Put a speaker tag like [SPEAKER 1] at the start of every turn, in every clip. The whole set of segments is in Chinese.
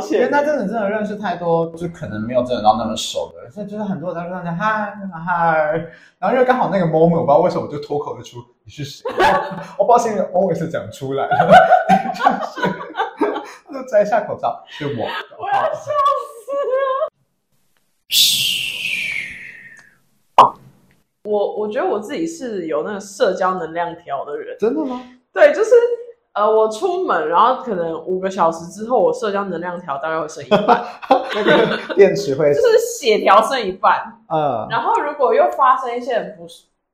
[SPEAKER 1] 险
[SPEAKER 2] 因为他真的真的认识太多，就可能没有真的到那么熟的人，所以就是很多人在路上讲嗨嗨，然后因为刚好那个 moment，我不知道为什么我就脱口而出你是谁， 我把心里 always 讲出来了， 就是就摘下口罩是我，
[SPEAKER 1] 我要笑死了。我我觉得我自己是有那个社交能量条的人，
[SPEAKER 2] 真的吗？
[SPEAKER 1] 对，就是呃，我出门，然后可能五个小时之后，我社交能量条大概会剩一 半，
[SPEAKER 2] 那个电池会
[SPEAKER 1] 就是血条剩一半。
[SPEAKER 2] 呃，
[SPEAKER 1] 然后如果又发生一些很不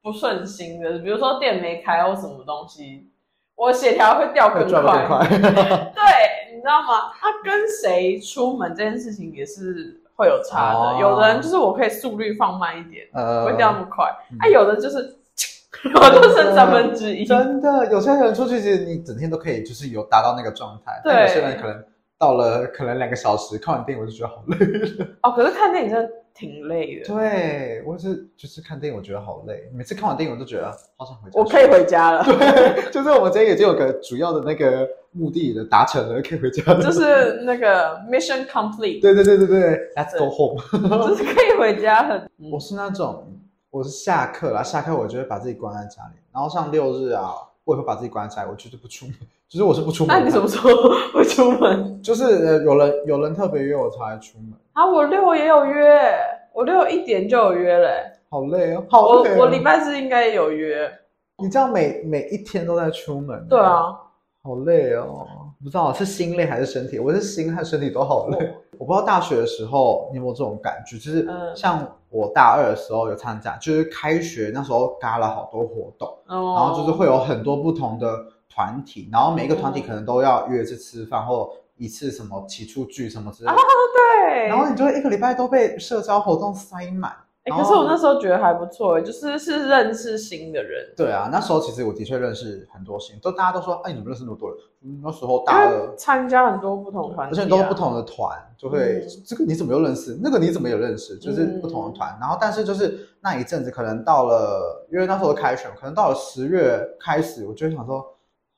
[SPEAKER 1] 不顺心的，比如说店没开或什么东西，我血条会掉
[SPEAKER 2] 会
[SPEAKER 1] 更
[SPEAKER 2] 转得更快。
[SPEAKER 1] 对，你知道吗？他、跟谁出门这件事情也是会有差的。
[SPEAKER 2] 哦
[SPEAKER 1] 有的人就是我可以速率放慢一点，不
[SPEAKER 2] 呃，
[SPEAKER 1] 会掉那么快。
[SPEAKER 2] 嗯
[SPEAKER 1] 啊，有的就是，我就剩三分之一。
[SPEAKER 2] 真的，有些人出去，其实你整天都可以，就是有达到那个状态。
[SPEAKER 1] 对
[SPEAKER 2] 但有些人可能到了可能两个小时，看完电影我就觉得好累。
[SPEAKER 1] 哦，可是看电影真的挺累的。
[SPEAKER 2] 对，我是就是看电影，我觉得好累。每次看完电影，我都觉得好想回家。
[SPEAKER 1] 我可以，回家了，
[SPEAKER 2] 就是我们今天已经有个主要的那个目的的达成了，可以回家了。
[SPEAKER 1] 就是那个 mission complete，
[SPEAKER 2] 对对对对对，Let's go home。
[SPEAKER 1] 就 是可以回家很。嗯
[SPEAKER 2] 我是那种，我是下课啦，下课我就会把自己关在家里，然后像六日啊，我也会把自己关在家里，我绝对不出门，就是我是不出门
[SPEAKER 1] 那
[SPEAKER 2] 的。
[SPEAKER 1] 你什么时候会出门？
[SPEAKER 2] 就是呃有人有人特别约我才出门，
[SPEAKER 1] 啊，我六也有约，我六一点就有约嘞。
[SPEAKER 2] 好累哦，好
[SPEAKER 1] 我
[SPEAKER 2] 累、哦。
[SPEAKER 1] 我礼拜四应该也有约。
[SPEAKER 2] 你这样每每一天都在出门，
[SPEAKER 1] 对，啊，
[SPEAKER 2] 好累哦。不知道是心累还是身体，我是心和身体都好累。我不知道大学的时候你有没有这种感觉，就是
[SPEAKER 1] 嗯
[SPEAKER 2] 像我大二的时候有参加，就是开学那时候嘎了好多活动，
[SPEAKER 1] 然
[SPEAKER 2] 然后就是会有很多不同的团体，然后每一个团体可能都要约一次吃饭或一次什么起出剧什么之类的，
[SPEAKER 1] 对，
[SPEAKER 2] 然后你就会一个礼拜都被社交活动塞满。
[SPEAKER 1] 哎、
[SPEAKER 2] 然
[SPEAKER 1] 可是我
[SPEAKER 2] 后
[SPEAKER 1] 那时候觉得还不错、欸，就是是认识新的人，
[SPEAKER 2] 对啊，那时候其实我的确认识很多新，都大家都说，哎，你怎么认识那么多人？嗯那时候
[SPEAKER 1] 因
[SPEAKER 2] 大
[SPEAKER 1] 为
[SPEAKER 2] 二，
[SPEAKER 1] 参加很多不同团
[SPEAKER 2] 而
[SPEAKER 1] 体、啊，
[SPEAKER 2] 且都是不同的团，就会、
[SPEAKER 1] 嗯
[SPEAKER 2] 这个你怎么又认识，那个你怎么也认识，就是不同的团。然后但是就是那一阵子，可能到了，因为那时候开学，可能到了十月开始，我就会想说，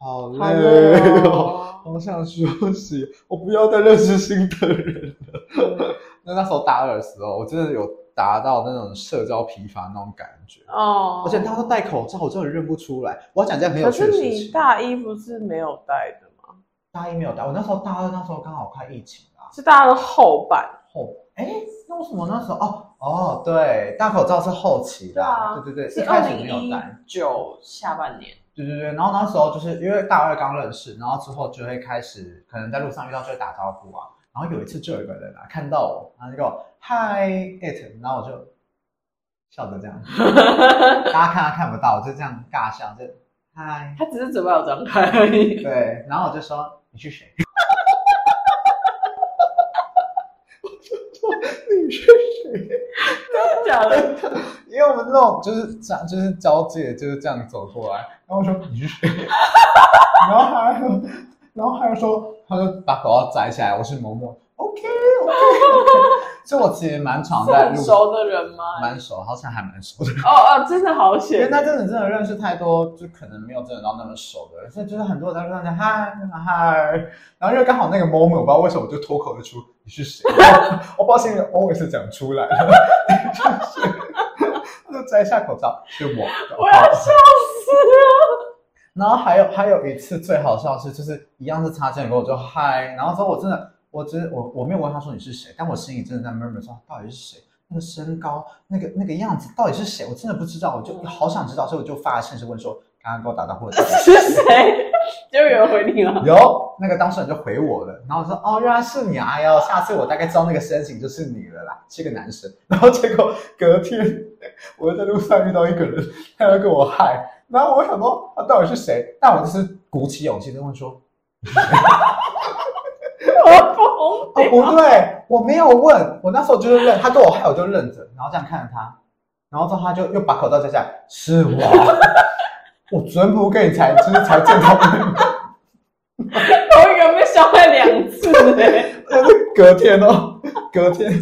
[SPEAKER 2] 好
[SPEAKER 1] 好
[SPEAKER 2] 累
[SPEAKER 1] 累
[SPEAKER 2] 哦，
[SPEAKER 1] 哦。
[SPEAKER 2] 好想休息，我不要再认识新的人了。 那那时候大二的时候，我真的有达到那种社交疲乏那种感觉。
[SPEAKER 1] 哦，
[SPEAKER 2] 而且他都戴口罩，我真的认不出来。我要讲件很有
[SPEAKER 1] 可
[SPEAKER 2] 趣的
[SPEAKER 1] 是
[SPEAKER 2] 事
[SPEAKER 1] 你
[SPEAKER 2] 情。
[SPEAKER 1] 大一不是没有带的吗？
[SPEAKER 2] 大一没有戴，我那时候大二那时候刚好快疫情啊。
[SPEAKER 1] 是大二的后半，
[SPEAKER 2] 后哎，那为什么那时候哦哦对，戴口罩是后期的啊，
[SPEAKER 1] 对
[SPEAKER 2] 对对对，
[SPEAKER 1] 是
[SPEAKER 2] 一
[SPEAKER 1] 二
[SPEAKER 2] 开始
[SPEAKER 1] 零
[SPEAKER 2] 没有
[SPEAKER 1] 一
[SPEAKER 2] 戴。
[SPEAKER 1] 九下半年。
[SPEAKER 2] 对对对，然后那时候就是因为大二刚认识，然后之后就会开始可能在路上遇到就会打招呼啊。然后有一次就有一个人啊看到我，然后就跟我 Hi it，然后我就笑着这 样，大家看他看不到，我就这样尬笑，就 Hi。
[SPEAKER 1] 他只是嘴巴有张开而 已，
[SPEAKER 2] 对，然后我就说你是谁？你是
[SPEAKER 1] 真
[SPEAKER 2] 谁？
[SPEAKER 1] 的假的？
[SPEAKER 2] 因为我们那种就是这样，就是交界就是这样走过来，然后我说你是谁？ 然后还有，然后还有说，他就把口罩摘下来，我是某某，OK OK。所以我其实蛮常
[SPEAKER 1] 是
[SPEAKER 2] 在
[SPEAKER 1] 很
[SPEAKER 2] 路，
[SPEAKER 1] 熟的人吗？
[SPEAKER 2] 蛮熟，好像还蛮熟的。
[SPEAKER 1] 哦哦，真的好
[SPEAKER 2] 因为
[SPEAKER 1] 险！
[SPEAKER 2] 他真的真的认识太多，就可能没有真的到那么熟的人，所以就是很多人在路上讲嗨嗨，然后因为刚好那个 moment，我不知道为什么我就脱口而出你是谁， 我不知道心里 always 讲出来了， 就是就摘下口罩是我的，
[SPEAKER 1] 我要笑死了。
[SPEAKER 2] 然后还有还有一次最好笑的是，就是一样是擦肩而过，我就嗨，然后之后我真的，我只我我没有问他说你是谁，但我心里真的在 murmur 说到底是谁，那个身高，那个那个样子到底是谁，我真的不知道，我就
[SPEAKER 1] 嗯
[SPEAKER 2] 好想知道，所以我就发了信息问说刚刚给我打招呼的是谁。
[SPEAKER 1] 是谁？就有人回你了。
[SPEAKER 2] 有那个当事人就回我了，然后我说哦，原来是你啊！哎呦，下次我大概知道那个申请就是你了啦，是个男生。 然后结果隔天，我又在路上遇到一个人，他要跟我嗨，然后我想说他到底是谁？但我就是鼓起勇气就问说，
[SPEAKER 1] 我
[SPEAKER 2] 哦
[SPEAKER 1] 疯
[SPEAKER 2] 不对，我没有问，我那时候就是认他跟我嗨，我就认着，然后这样看着他，然后之后他就又把口罩摘下来，是我， 我昨天不是跟你才就是才见到面吗。
[SPEAKER 1] 同一个人被伤害两次、 欸，
[SPEAKER 2] 但是隔天哦，隔天，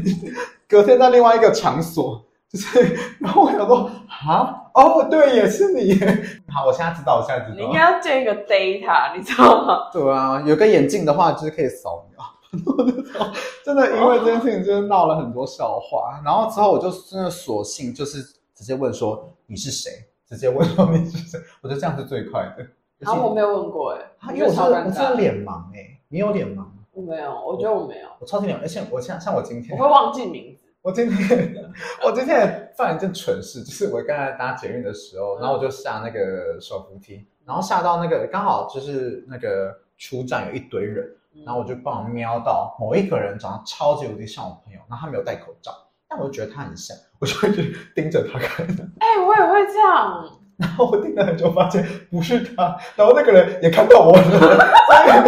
[SPEAKER 2] 隔天在另外一个场所，就是，然后我想说，啊，哦，对，也是你耶。 好，我现在知道，我 现在知道。
[SPEAKER 1] 你应该要建一个 data，你知道吗？
[SPEAKER 2] 对啊，有个眼镜的话，就是可以扫描。 真的因为这件事情就是闹了很多笑话。然后之后我就真的索性就是直接问说你是谁，直接问说你是谁，我觉得这样是最快的。
[SPEAKER 1] 然啊后我没有问过哎、
[SPEAKER 2] 啊因为我是
[SPEAKER 1] 超尴
[SPEAKER 2] 我是
[SPEAKER 1] 尬，
[SPEAKER 2] 脸盲哎、你有脸盲吗？
[SPEAKER 1] 我没有，我觉得我没有，
[SPEAKER 2] 我超级脸盲，而且我像像我今天
[SPEAKER 1] 我会忘记名字。
[SPEAKER 2] 我今天我今天也犯了一件蠢事，就是我刚才搭捷运的时
[SPEAKER 1] 嗯
[SPEAKER 2] 候，然后我就下那个手扶梯，然后下到那个刚好就是那个出站有一堆人，
[SPEAKER 1] 嗯
[SPEAKER 2] 然后我就帮我瞄到某一个人长得超级无敌像我朋友，然后他没有戴口罩，但我就觉得他很像，我就一直盯着他看，
[SPEAKER 1] 哎、我也会这样，
[SPEAKER 2] 然后我盯了很久，发现不是他，然后那个人也看到我了，所以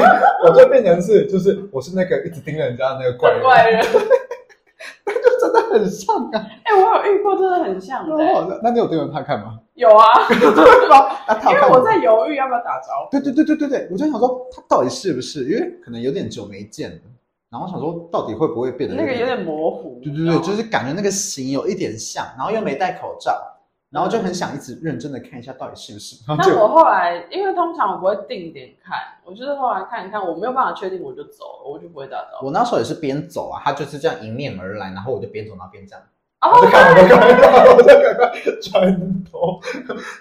[SPEAKER 2] 我就变成是就是我是那个一直盯着人家的那个怪人，
[SPEAKER 1] 怪人。
[SPEAKER 2] 就真的很像啊，
[SPEAKER 1] 哎、我有遇过真的很像的、
[SPEAKER 2] 然后我那那你有盯着他看吗？
[SPEAKER 1] 有 啊，
[SPEAKER 2] 对吧？那他
[SPEAKER 1] 因为
[SPEAKER 2] 有看
[SPEAKER 1] 我在犹豫要不要打招呼。
[SPEAKER 2] 对对对对对对，我就想说他到底是不是？因为可能有点久没见了，然后想说到底会不会变得
[SPEAKER 1] 那个有点模糊，
[SPEAKER 2] 对对对，就是是感觉那个型有一点像，然后又没戴口罩，然后就很想一直认真的看一下到底是不是。然后
[SPEAKER 1] 那
[SPEAKER 2] 就
[SPEAKER 1] 我后来，因为通常我不会定点看，我就是后来看一看，我没有办法确定，我就走了，我就不会打招呼。
[SPEAKER 2] 我那时候也是边走啊，他就是这样迎面而来，然后我就边走然后边这样，
[SPEAKER 1] 然
[SPEAKER 2] 我
[SPEAKER 1] 后
[SPEAKER 2] 就看我就看我就赶快转头。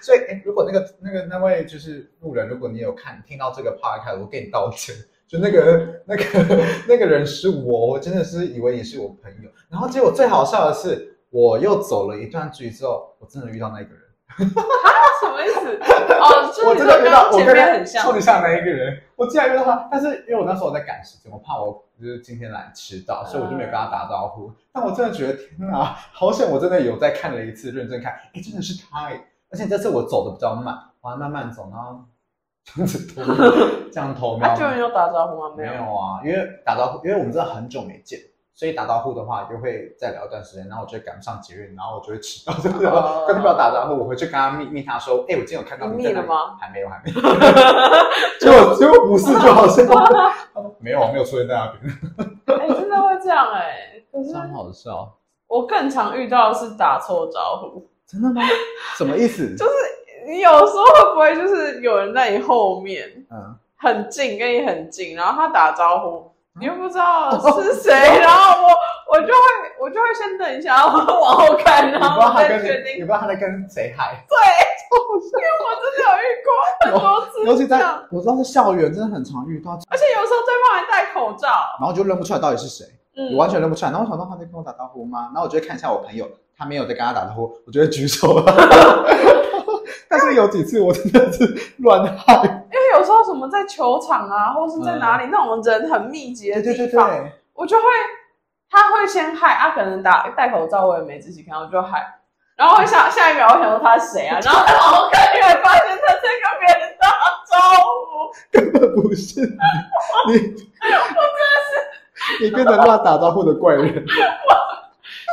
[SPEAKER 2] 所以，诶如果那个那个那位就是路人，如果你有看听到这个 podcast，我给你道歉。就那个 那个那个人是我，我真的是以为你是我朋友。然后结果最好笑的是，我又走了一段距离之后，我真的遇到那个人。
[SPEAKER 1] 啊什么意思？ 哦，就
[SPEAKER 2] 我
[SPEAKER 1] 是你说
[SPEAKER 2] 真的遇到
[SPEAKER 1] 跟
[SPEAKER 2] 我
[SPEAKER 1] 前
[SPEAKER 2] 跟
[SPEAKER 1] 面
[SPEAKER 2] 他
[SPEAKER 1] 很像，
[SPEAKER 2] 超级像那一个人，我竟然遇到他。但是因为我那时候我在赶时间，我怕我就是今天来迟到，所以我就没有跟他打招呼。但我真的觉得天哪，好险！我真的有再看了一次，认真看，哎，真的是他哎！而且这次我走的比较慢，我还慢慢走，然后 这样子偷瞄这样偷
[SPEAKER 1] 他
[SPEAKER 2] 瞄，
[SPEAKER 1] 居然啊有打招呼吗？
[SPEAKER 2] 啊没有
[SPEAKER 1] 有。
[SPEAKER 2] 啊，因为打招呼，因为我们真的很久没见，所以打招呼的话就会再聊一段时间。然后我就会赶不上节日，然后我就会迟到，真的
[SPEAKER 1] 哦
[SPEAKER 2] 跟不了打招呼。我回去跟他密密他说，哎、我今天有看到
[SPEAKER 1] 你
[SPEAKER 2] 你
[SPEAKER 1] 密
[SPEAKER 2] 在哪
[SPEAKER 1] 了
[SPEAKER 2] 里
[SPEAKER 1] 吗？
[SPEAKER 2] 还没有，还 没有。结果结果不是，就好像 他说没有啊，没有出现在那边，
[SPEAKER 1] 哎、真的会这样哎、可是
[SPEAKER 2] 真好笑。
[SPEAKER 1] 我更常遇到的是打错招呼，
[SPEAKER 2] 真的吗？什么意 思？
[SPEAKER 1] 就是你有时候会不会就是有人在你后面
[SPEAKER 2] 嗯，
[SPEAKER 1] 很近，跟你很近，然后他打招呼，
[SPEAKER 2] 嗯
[SPEAKER 1] 你又不知道是谁，
[SPEAKER 2] 哦
[SPEAKER 1] 然后我我就会我就会先等一下，然后往后看，
[SPEAKER 2] 你不
[SPEAKER 1] 然
[SPEAKER 2] 知
[SPEAKER 1] 后
[SPEAKER 2] 道
[SPEAKER 1] 我
[SPEAKER 2] 哦他
[SPEAKER 1] 再
[SPEAKER 2] 跟
[SPEAKER 1] 决
[SPEAKER 2] 你，你
[SPEAKER 1] 定。
[SPEAKER 2] 不知道他在跟谁嗨，
[SPEAKER 1] 因为我真的有遇过很多次
[SPEAKER 2] 哦尤其
[SPEAKER 1] 这
[SPEAKER 2] 在
[SPEAKER 1] 样，
[SPEAKER 2] 我知道在校园真的很常遇到，
[SPEAKER 1] 而且有时候对方还戴口罩，
[SPEAKER 2] 然后就认不出来到底是谁。
[SPEAKER 1] 嗯
[SPEAKER 2] 我，完全认不出来。然后我想到他在跟我打招呼吗？然后我就会看一下我朋友，他没有在跟他打招呼，我就会举手。 但是有几次我真的是乱喊，
[SPEAKER 1] 因为有时候什么在球场啊，或是在哪里、那种人很密集的
[SPEAKER 2] 对
[SPEAKER 1] 地方，
[SPEAKER 2] 嗯对对对，
[SPEAKER 1] 我就会他会先嗨啊，可能打戴口罩我也没仔细看，我就嗨，然后我想下一秒我想说他是谁啊，然后然后看越发现他在跟别人打招呼，
[SPEAKER 2] 根本 不是你，你你变成乱打招呼的怪人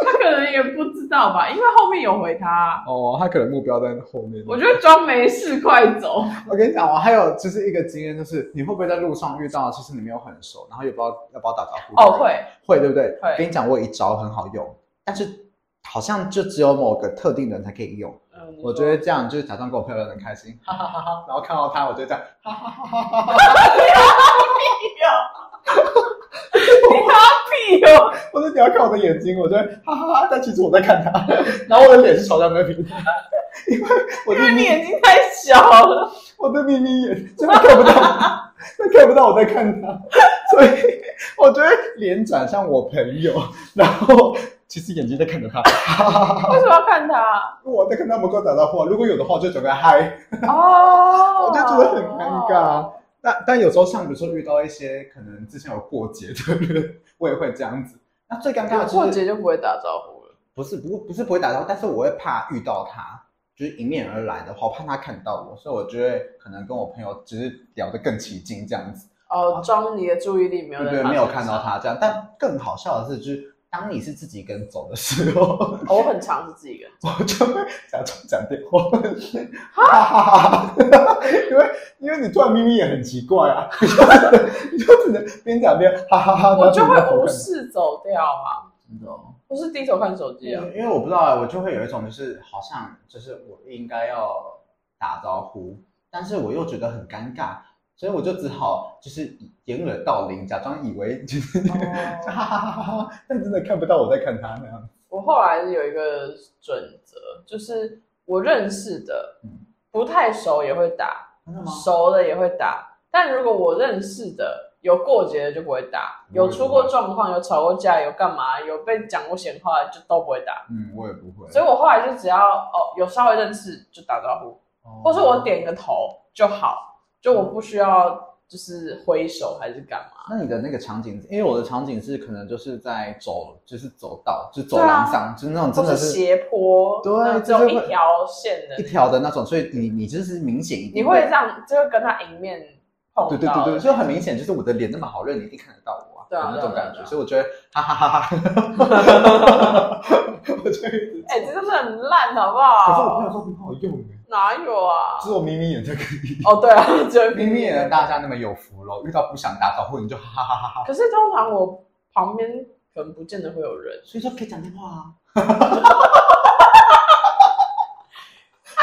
[SPEAKER 1] 他可能也不知道吧，因为后面有回他，
[SPEAKER 2] 哦，他可能目标在后面。
[SPEAKER 1] 我觉得装没事快走，
[SPEAKER 2] 我跟你讲，我哦还有就是一个经验，就是你会不会在路上遇到，其实你没有很熟，然后也不知道要不要打招呼？
[SPEAKER 1] 哦会，
[SPEAKER 2] 会对不对？
[SPEAKER 1] 会
[SPEAKER 2] 跟你讲，我有一招很好用，但是好像就只有某个特定人才可以用。
[SPEAKER 1] 嗯， 你说
[SPEAKER 2] 我觉得这样就是假装跟我朋友聊得很开心，哈哈哈哈。然后看到他，我就这样，哈哈哈哈哈哈。
[SPEAKER 1] 哦你他屁哦，
[SPEAKER 2] 我说你要看我的眼睛，我就会哈哈哈。但其实我在看他， 然后我的脸是朝向那边，因为我
[SPEAKER 1] 因
[SPEAKER 2] 的
[SPEAKER 1] 为你
[SPEAKER 2] 眯
[SPEAKER 1] 眼睛太小 了，
[SPEAKER 2] 我的眯眯眼真的看不到，真的看不到我在看他，所以我就会脸转向我朋友，然后其实眼睛在看着他，
[SPEAKER 1] 为什么要看他？
[SPEAKER 2] 我在跟他们够打招呼，啊如果有的话就整个嗨。
[SPEAKER 1] 哦，
[SPEAKER 2] 我就觉得很尴尬。但但有时候像比如说遇到一些可能之前有过节的人，我也会这样子。那最尴尬
[SPEAKER 1] 有
[SPEAKER 2] 的
[SPEAKER 1] 过
[SPEAKER 2] 就是
[SPEAKER 1] 节就不会打招呼了。
[SPEAKER 2] 不是不不是不会打招呼，但是我会怕遇到他，就是迎面而来的话，我怕他看到我，所以我就会可能跟我朋友只是聊得更起劲这样子，
[SPEAKER 1] 哦，装你的注意力没有在
[SPEAKER 2] 对，
[SPEAKER 1] 他
[SPEAKER 2] 没有
[SPEAKER 1] 身
[SPEAKER 2] 看
[SPEAKER 1] 上
[SPEAKER 2] 到他这样。但更好笑的是，就是当你是自己一个人走的时候，
[SPEAKER 1] 哦我很常是自己一个人。
[SPEAKER 2] 我就会假装讲电话，哈哈哈！ 因为因为你突然眯眯也很奇怪啊， 你就只能你就只能边讲边哈哈哈，
[SPEAKER 1] 我就会无视走掉啊，
[SPEAKER 2] 你知道吗？
[SPEAKER 1] 不是低头看手机
[SPEAKER 2] 因
[SPEAKER 1] 啊。
[SPEAKER 2] 为因为我不知道啊，我就会有一种就是好像就是我应该要打招呼，但是我又觉得很尴尬，所以我就只好就是掩耳盗铃，假装以为就是、 哈
[SPEAKER 1] 哦，
[SPEAKER 2] 哈哈哈哈，但真的看不到我在看他那样。
[SPEAKER 1] 我后来是有一个准则，就是我认识的
[SPEAKER 2] 嗯，
[SPEAKER 1] 不太熟也会打，
[SPEAKER 2] 真的
[SPEAKER 1] 熟的也会打，但如果我认识的有过节的就不会打，有出过状况、有吵过架、有干嘛、有被讲过闲话的就都不会打。
[SPEAKER 2] 嗯，我也不会。
[SPEAKER 1] 所以我后来就只要哦有稍微认识就打招呼，
[SPEAKER 2] 哦
[SPEAKER 1] 或是我。点个头就好，就我不需要就是挥手还是干嘛。
[SPEAKER 2] 那你的那个场景，因为我的场景是可能就是在走，就是走道，就是走
[SPEAKER 1] 对啊
[SPEAKER 2] 廊上，就是那种真
[SPEAKER 1] 都
[SPEAKER 2] 的
[SPEAKER 1] 是斜坡，
[SPEAKER 2] 对
[SPEAKER 1] 那只有
[SPEAKER 2] 就是会
[SPEAKER 1] 一条线的
[SPEAKER 2] 一，条的那种，所以你你就是明显一定
[SPEAKER 1] 你会这样就会跟他迎面碰到。
[SPEAKER 2] 对对对对，所以很明显就是我的脸那么好认，你一定看得到我啊，
[SPEAKER 1] 对啊
[SPEAKER 2] 有那种
[SPEAKER 1] 对啊
[SPEAKER 2] 感
[SPEAKER 1] 对
[SPEAKER 2] 觉，
[SPEAKER 1] 啊
[SPEAKER 2] 所以我觉得哈哈哈 哈， 我就一直。
[SPEAKER 1] 哎、这真的很烂，好不好
[SPEAKER 2] 可是我朋友？说很好用哎，
[SPEAKER 1] 哪有啊？
[SPEAKER 2] 只有眯眯眼才可以，
[SPEAKER 1] 哦，对啊，只 有
[SPEAKER 2] 眯眯眼让大家那么有福喽。遇到不想打招呼你就哈哈哈哈哈，
[SPEAKER 1] 可是通常我旁边可能不见得会有人，
[SPEAKER 2] 所以说可以讲电话啊。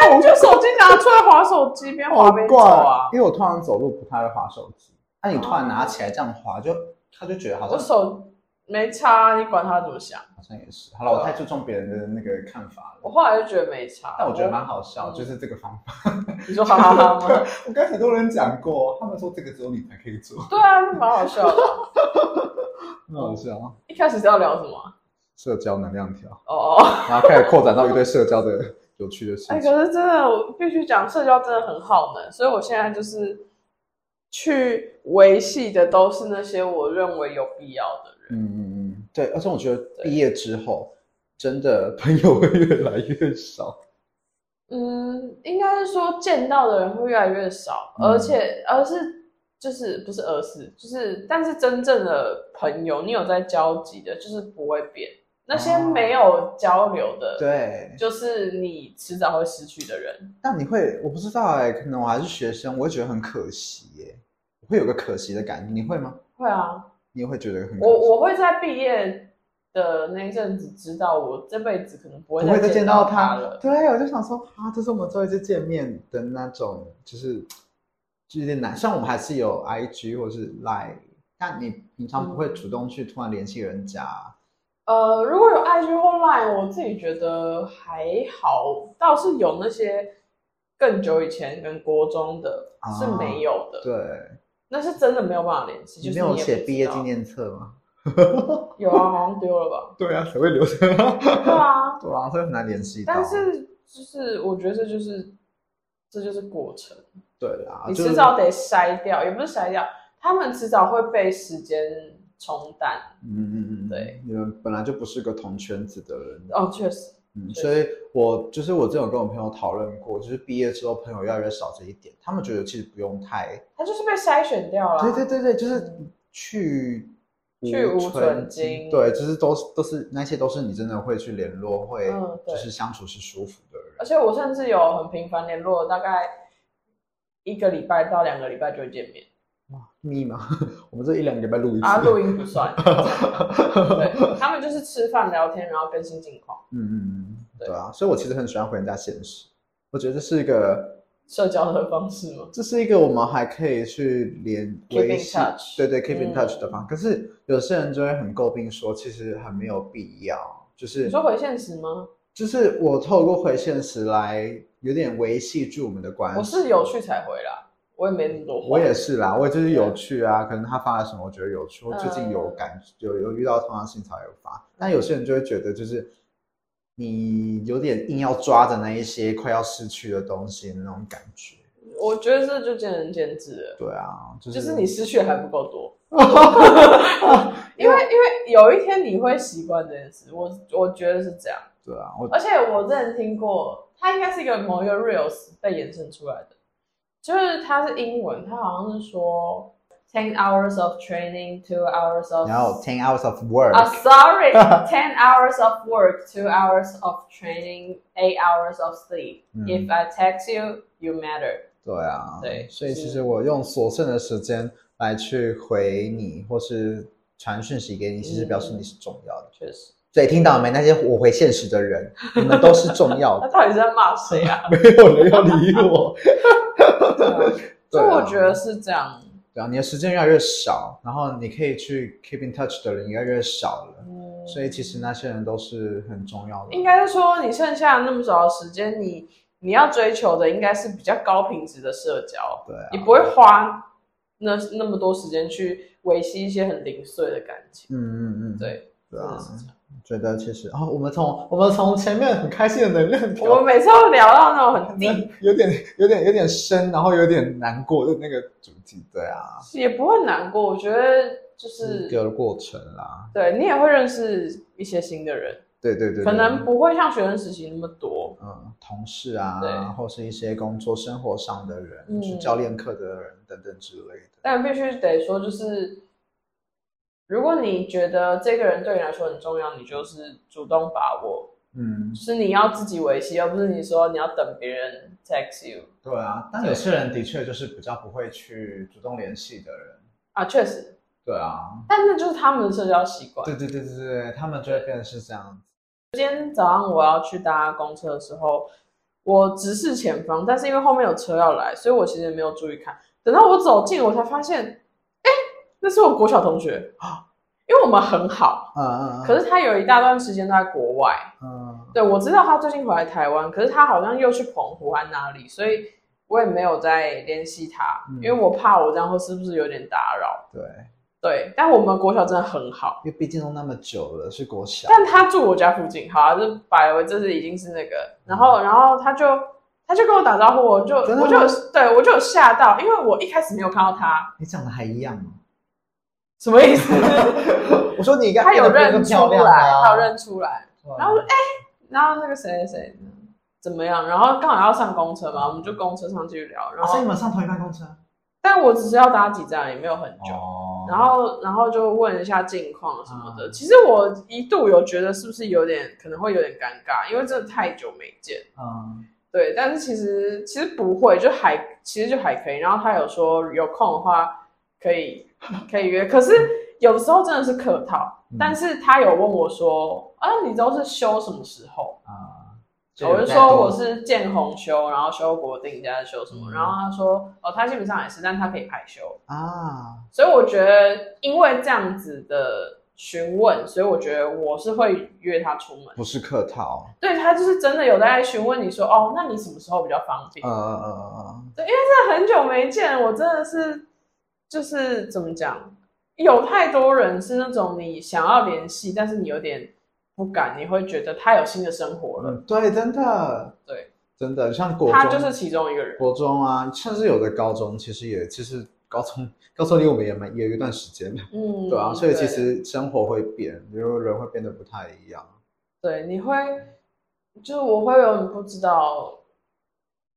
[SPEAKER 1] 哎，你就手机拿出来划手机，边划边走啊。
[SPEAKER 2] 因为我突然走路不太会滑手机，那你突然拿起来这样滑，就他就觉得好
[SPEAKER 1] 我
[SPEAKER 2] 像
[SPEAKER 1] 手没差，你管他怎么想。
[SPEAKER 2] 好像也是。好了，
[SPEAKER 1] 啊
[SPEAKER 2] 我太注重别人的那个看法
[SPEAKER 1] 我
[SPEAKER 2] 了，
[SPEAKER 1] 后来就觉得没差，
[SPEAKER 2] 但我觉得蛮好笑，
[SPEAKER 1] 嗯
[SPEAKER 2] 就是这个方法。
[SPEAKER 1] 你说哈哈哈 吗？
[SPEAKER 2] 我跟很多人讲过，他们说这个只有你才可以做。
[SPEAKER 1] 对啊，就蛮好笑的。
[SPEAKER 2] 很好笑，
[SPEAKER 1] 一开始是要聊什么啊？
[SPEAKER 2] 社交能量条，
[SPEAKER 1] 哦 哦，
[SPEAKER 2] 然后开始扩展到一堆社交的有趣的事
[SPEAKER 1] 哎，可
[SPEAKER 2] 情。
[SPEAKER 1] 是真的，我必须讲，社交真的很耗能，所以我现在就是去维系的都是那些我认为有必要的人。
[SPEAKER 2] 嗯嗯嗯，对，而且我觉得毕业之后，真的朋友会越来越少。
[SPEAKER 1] 嗯，应该是说见到的人会越来越少，
[SPEAKER 2] 嗯
[SPEAKER 1] 而且而是就是不是而是就是，但是真正的朋友，你有在交集的，就是不会变。那些
[SPEAKER 2] 哦
[SPEAKER 1] 没有交流的，，
[SPEAKER 2] 对，
[SPEAKER 1] 就是你迟早会失去的人。
[SPEAKER 2] 但你会，我不知道哎、可能我还是学生，我会觉得很可惜耶、我会有个可惜的感觉。你会吗？
[SPEAKER 1] 会啊，
[SPEAKER 2] 你也会觉得很可惜
[SPEAKER 1] 我我会在毕业的那一阵子知道，我这辈子可能不会
[SPEAKER 2] 不会再
[SPEAKER 1] 见
[SPEAKER 2] 见到
[SPEAKER 1] 他
[SPEAKER 2] 他
[SPEAKER 1] 了。
[SPEAKER 2] 对，我就想说啊，这是我们最后一次见面的那种，就是就有点难。虽然我们还是有 IG 或是 Line，但你平常不会主动去突然联系人家。啊
[SPEAKER 1] 呃，如果有 IG 或 Line，我自己觉得还好，倒是有那些更久以前跟国中的
[SPEAKER 2] 啊
[SPEAKER 1] 是没有的，
[SPEAKER 2] 对，
[SPEAKER 1] 那是真的没有办法联系。
[SPEAKER 2] 你
[SPEAKER 1] 就是
[SPEAKER 2] 没有
[SPEAKER 1] 你也
[SPEAKER 2] 写
[SPEAKER 1] 不知
[SPEAKER 2] 毕业
[SPEAKER 1] 道
[SPEAKER 2] 纪，念册 吗？
[SPEAKER 1] 有啊，好像丢了 吧？
[SPEAKER 2] 对啊，谁会留着？对
[SPEAKER 1] 对啊，
[SPEAKER 2] 啊，所以很难联系到。
[SPEAKER 1] 但是就是我觉得这就是这就是过程，
[SPEAKER 2] 对啊，
[SPEAKER 1] 你
[SPEAKER 2] 就是
[SPEAKER 1] 迟早得筛掉，也不是筛掉，他们迟早会被时间冲淡。
[SPEAKER 2] 嗯嗯嗯，
[SPEAKER 1] 对，
[SPEAKER 2] 你们本来就不是个同圈子的人，
[SPEAKER 1] 哦，确实，
[SPEAKER 2] 嗯，
[SPEAKER 1] 确
[SPEAKER 2] 所以我就是我之前有跟我朋友讨论过，就是毕业之后朋友越来越少这一点，他们觉得其实不用太
[SPEAKER 1] 他就是被筛选掉了。啊
[SPEAKER 2] 对对对对，就是
[SPEAKER 1] 嗯
[SPEAKER 2] 去
[SPEAKER 1] 去无存
[SPEAKER 2] 精
[SPEAKER 1] 精
[SPEAKER 2] 对，就是都是都是那些都是你真的会去联络，会
[SPEAKER 1] 嗯对
[SPEAKER 2] 就是相处是舒服的人。
[SPEAKER 1] 而且我甚至有很频繁联络，大概一个礼拜到两个礼拜就会见面
[SPEAKER 2] 哇，密吗？ 我们这一两个礼拜录一次。
[SPEAKER 1] 啊， 录音不算。对，他们就是吃饭聊天，然后更新近况，
[SPEAKER 2] 嗯嗯嗯，
[SPEAKER 1] 对
[SPEAKER 2] 对啊，所以我其实很喜欢回人家现实，我觉得这是一个
[SPEAKER 1] 社交的方式吗？
[SPEAKER 2] 这是一个我们还可以去连
[SPEAKER 1] Keep in
[SPEAKER 2] 维系
[SPEAKER 1] touch
[SPEAKER 2] 对对，keep
[SPEAKER 1] 嗯
[SPEAKER 2] in touch 的方。可是有些人就会很诟病说，其实很没有必要，就是
[SPEAKER 1] 你说回现实吗？
[SPEAKER 2] 就是我透过回现实来有点维系住我们的关系。
[SPEAKER 1] 我是有去才回啦，我也没那么多话。
[SPEAKER 2] 啊我也是啦，我也就是有趣啊，可能他发了什么，我觉得有趣。我最近有
[SPEAKER 1] 嗯
[SPEAKER 2] 感有有遇到同样性才有发，但有些人就会觉得就是你有点硬要抓着那一些快要失去的东西的那种感觉。
[SPEAKER 1] 我觉得这就见仁见智了，
[SPEAKER 2] 对啊，就
[SPEAKER 1] 就
[SPEAKER 2] 是
[SPEAKER 1] 是你 失去的还不够多。因为因为有一天你会习惯这件事，我我觉得是这样。
[SPEAKER 2] 对啊，我
[SPEAKER 1] 而且我之前听过，它应该是一个某一个 reels 被衍生出来的，就是它是英文，它好像是说 ten hours of training, two hours of
[SPEAKER 2] 然 后 ten hours of work，、
[SPEAKER 1] 呃啊、s o r r y ten hours of work, two hours of training, eight hours of sleep.
[SPEAKER 2] 嗯
[SPEAKER 1] If I text you, you matter.
[SPEAKER 2] 对啊，
[SPEAKER 1] 对
[SPEAKER 2] 所以其
[SPEAKER 1] 是
[SPEAKER 2] 实我用所剩的时间来去回你，或是传讯息给你，其
[SPEAKER 1] 嗯
[SPEAKER 2] 实表示你是重要的。
[SPEAKER 1] 确实，
[SPEAKER 2] 所以听到没？那些我回现实 的人，你们都是重要
[SPEAKER 1] 他
[SPEAKER 2] 的，
[SPEAKER 1] 到底是在骂谁啊？
[SPEAKER 2] 没有人要理我。
[SPEAKER 1] 对啊就
[SPEAKER 2] 对啊
[SPEAKER 1] 我觉得是这样。
[SPEAKER 2] 对啊，你的时间越来越少，然后你可以去 keep in touch 的人越来越少了，
[SPEAKER 1] 嗯
[SPEAKER 2] 所以其实那些人都是很重要的。
[SPEAKER 1] 应该是说，你剩下那么少的时间，你你要追求的应该是比较高品质的社交，
[SPEAKER 2] 对啊，
[SPEAKER 1] 你不会花那那么多时间去维系一些很零碎的感情。
[SPEAKER 2] 嗯嗯嗯，
[SPEAKER 1] 对，
[SPEAKER 2] 对啊
[SPEAKER 1] 真的，是这样
[SPEAKER 2] 觉得其实啊、我们从我们从前面很开心的能量
[SPEAKER 1] 我
[SPEAKER 2] 条
[SPEAKER 1] 们每次都聊到那种很低，
[SPEAKER 2] 有点有点有点深，然后有点难过的那个主题，对啊，
[SPEAKER 1] 也不会难过。我觉得就是是
[SPEAKER 2] 一个过程啦，
[SPEAKER 1] 对你也会认识一些新的人，
[SPEAKER 2] 对对对，
[SPEAKER 1] 可
[SPEAKER 2] 对
[SPEAKER 1] 能不会像学生时期那么多。
[SPEAKER 2] 嗯同事
[SPEAKER 1] 对
[SPEAKER 2] 啊，或是一些工作生活上的人，
[SPEAKER 1] 嗯
[SPEAKER 2] 是教练课的人等等之类的，
[SPEAKER 1] 但必须得说，就是如果你觉得这个人对你来说很重要，你就是主动把握，
[SPEAKER 2] 嗯，
[SPEAKER 1] 是你要自己维系，而不是你说你要等别人 text you
[SPEAKER 2] 对啊，但有些人的确就是比较不会去主动联系的人，
[SPEAKER 1] 啊。确实，
[SPEAKER 2] 对啊，
[SPEAKER 1] 但那就是他们的社交习惯。
[SPEAKER 2] 对对对对对，他们就会变成是这样子，
[SPEAKER 1] 今天早上我要去搭公车的时候，我直视前方，但是因为后面有车要来，所以我其实没有注意看。等到我走近，我才发现，哎、那是我国小同学啊，因为我们很好，
[SPEAKER 2] 嗯嗯嗯，
[SPEAKER 1] 可是他有一大段时间都在国外。
[SPEAKER 2] 嗯
[SPEAKER 1] 对，我知道他最近回来台湾，可是他好像又去澎湖还哪里，所以我也没有再联系他，
[SPEAKER 2] 嗯
[SPEAKER 1] 因为我怕我这样会是不是有点打扰。
[SPEAKER 2] 对，
[SPEAKER 1] 对，但我们国小真的很好，
[SPEAKER 2] 因为毕竟都那么久了，是国小。
[SPEAKER 1] 但他住我家附近，好、啊，这摆了，这是已经是那个，然后然后他就他就跟我打招呼，我就
[SPEAKER 2] 嗯真的吗
[SPEAKER 1] 我就有对我就有吓到，因为我一开始没有看到他，
[SPEAKER 2] 你长得还一样吗？
[SPEAKER 1] 什么 意思？
[SPEAKER 2] 我说你应该
[SPEAKER 1] 他有认
[SPEAKER 2] 更
[SPEAKER 1] 出
[SPEAKER 2] 漂亮
[SPEAKER 1] 来，
[SPEAKER 2] 啊
[SPEAKER 1] 他有，认出来，
[SPEAKER 2] 对啊
[SPEAKER 1] 然后我说哎、然后那个谁谁谁怎么样？然后刚好要上公车嘛，我们就公车上继续聊，然
[SPEAKER 2] 啊
[SPEAKER 1] 后
[SPEAKER 2] 所以你们上同一班公车
[SPEAKER 1] 但我只是要搭几站，也没有很久。
[SPEAKER 2] 哦
[SPEAKER 1] 然后，然后就问一下近况什么的。
[SPEAKER 2] 嗯
[SPEAKER 1] 其实我一度有觉得是不是有点可能会有点尴尬，因为真的太久没见。
[SPEAKER 2] 嗯
[SPEAKER 1] 对，但是其实其实不会，就还其实就还可以。然后他有说有空的话可以可以约，可是有时候真的是客套。
[SPEAKER 2] 嗯
[SPEAKER 1] 但是他有问我说，啊，你都是休什么时候？
[SPEAKER 2] 啊，
[SPEAKER 1] 我就说我是见红休，然后休国定假日休什么。
[SPEAKER 2] 嗯
[SPEAKER 1] 然后他说，哦，他基本上也是，但他可以排休。
[SPEAKER 2] 啊，
[SPEAKER 1] 所以我觉得，因为这样子的询问，所以我觉得我是会约他出门。
[SPEAKER 2] 不是客套，
[SPEAKER 1] 对他就是真的有在询问你说，哦，那你什么时候比较方便？
[SPEAKER 2] 呃呃呃
[SPEAKER 1] 真的很久没见，我真的是就是怎么讲，有太多人是那种你想要联系，但是你有点不敢，你会觉得他有新的生活
[SPEAKER 2] 呃，
[SPEAKER 1] 了，
[SPEAKER 2] 嗯对，真的，
[SPEAKER 1] 对，
[SPEAKER 2] 真的，像国中，
[SPEAKER 1] 他就是其中一个人。
[SPEAKER 2] 国中啊，甚至有的高中，其实也其实高中高中离我们也蛮也有一段时间的，
[SPEAKER 1] 嗯，
[SPEAKER 2] 对啊，所以其
[SPEAKER 1] 对
[SPEAKER 2] 实生活会变，比如人会变得不太一样，
[SPEAKER 1] 对，你会，就是我会有点不知道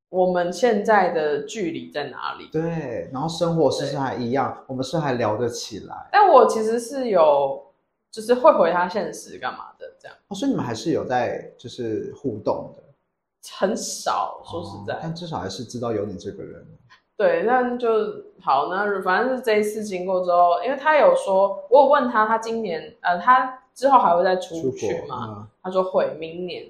[SPEAKER 1] 我们现在的距离在哪里。
[SPEAKER 2] 对，然后生活其实还一样，我们是还聊得起来，
[SPEAKER 1] 但我其实是有，就是会回他现实干嘛的，这样
[SPEAKER 2] 哦，所以你们还是有在就是互动的。
[SPEAKER 1] 很少。说实
[SPEAKER 2] 哦
[SPEAKER 1] 在，
[SPEAKER 2] 但至少还是知道有你这个人。
[SPEAKER 1] 对，那就好。那反正是这一次经过之后，因为他有说，我有问他，他今年呃，他之后还会再出嗯
[SPEAKER 2] 出
[SPEAKER 1] 去
[SPEAKER 2] 国
[SPEAKER 1] 吗？
[SPEAKER 2] 啊，
[SPEAKER 1] 他说会，明年。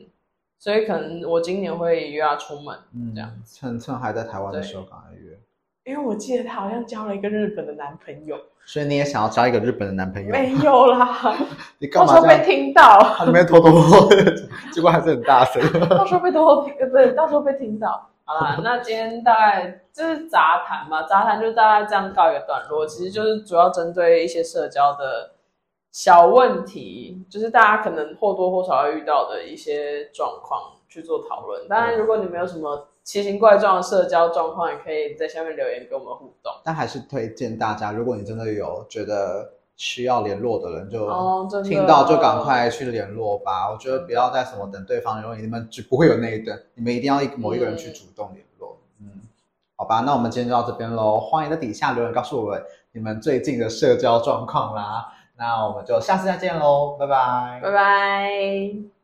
[SPEAKER 1] 所以可能我今年会约他出门，
[SPEAKER 2] 嗯，
[SPEAKER 1] 这样
[SPEAKER 2] 趁趁还在台湾的时候赶快约。
[SPEAKER 1] 因为我记得他好像交了一个日本的男朋友，
[SPEAKER 2] 所以你也想要交一个日本的男朋友？
[SPEAKER 1] 没有啦，
[SPEAKER 2] 你干
[SPEAKER 1] 到时
[SPEAKER 2] 嘛
[SPEAKER 1] 候
[SPEAKER 2] 这
[SPEAKER 1] 被
[SPEAKER 2] 样？
[SPEAKER 1] 听到，
[SPEAKER 2] 他那边偷偷摸摸的，结果还是很大声。
[SPEAKER 1] 到时候被偷听，呃，不是，到时候被听到。好啦， 那今天大概就是杂谈嘛，杂谈就大概这样告一个段落。其实就是主要针对一些社交的小问题，就是大家可能或多或少会遇到的一些状况去做讨论。当然，如果你们有什么奇形怪状的社交状况，也可以在下面留言跟我们互动。
[SPEAKER 2] 但还是推荐大家，如果你真的有觉得需要联络的人，就
[SPEAKER 1] 哦真的
[SPEAKER 2] 听到就赶快去联络吧。我觉得不要再什么等对方联络你，你们就不会有那一等，你们一定要一某一个人去主动联络。嗯，好吧，那我们今天就到这边喽。欢迎在底下留言告诉我们你们最近的社交状况啦。那我们就下次再见喽，拜拜
[SPEAKER 1] 拜拜。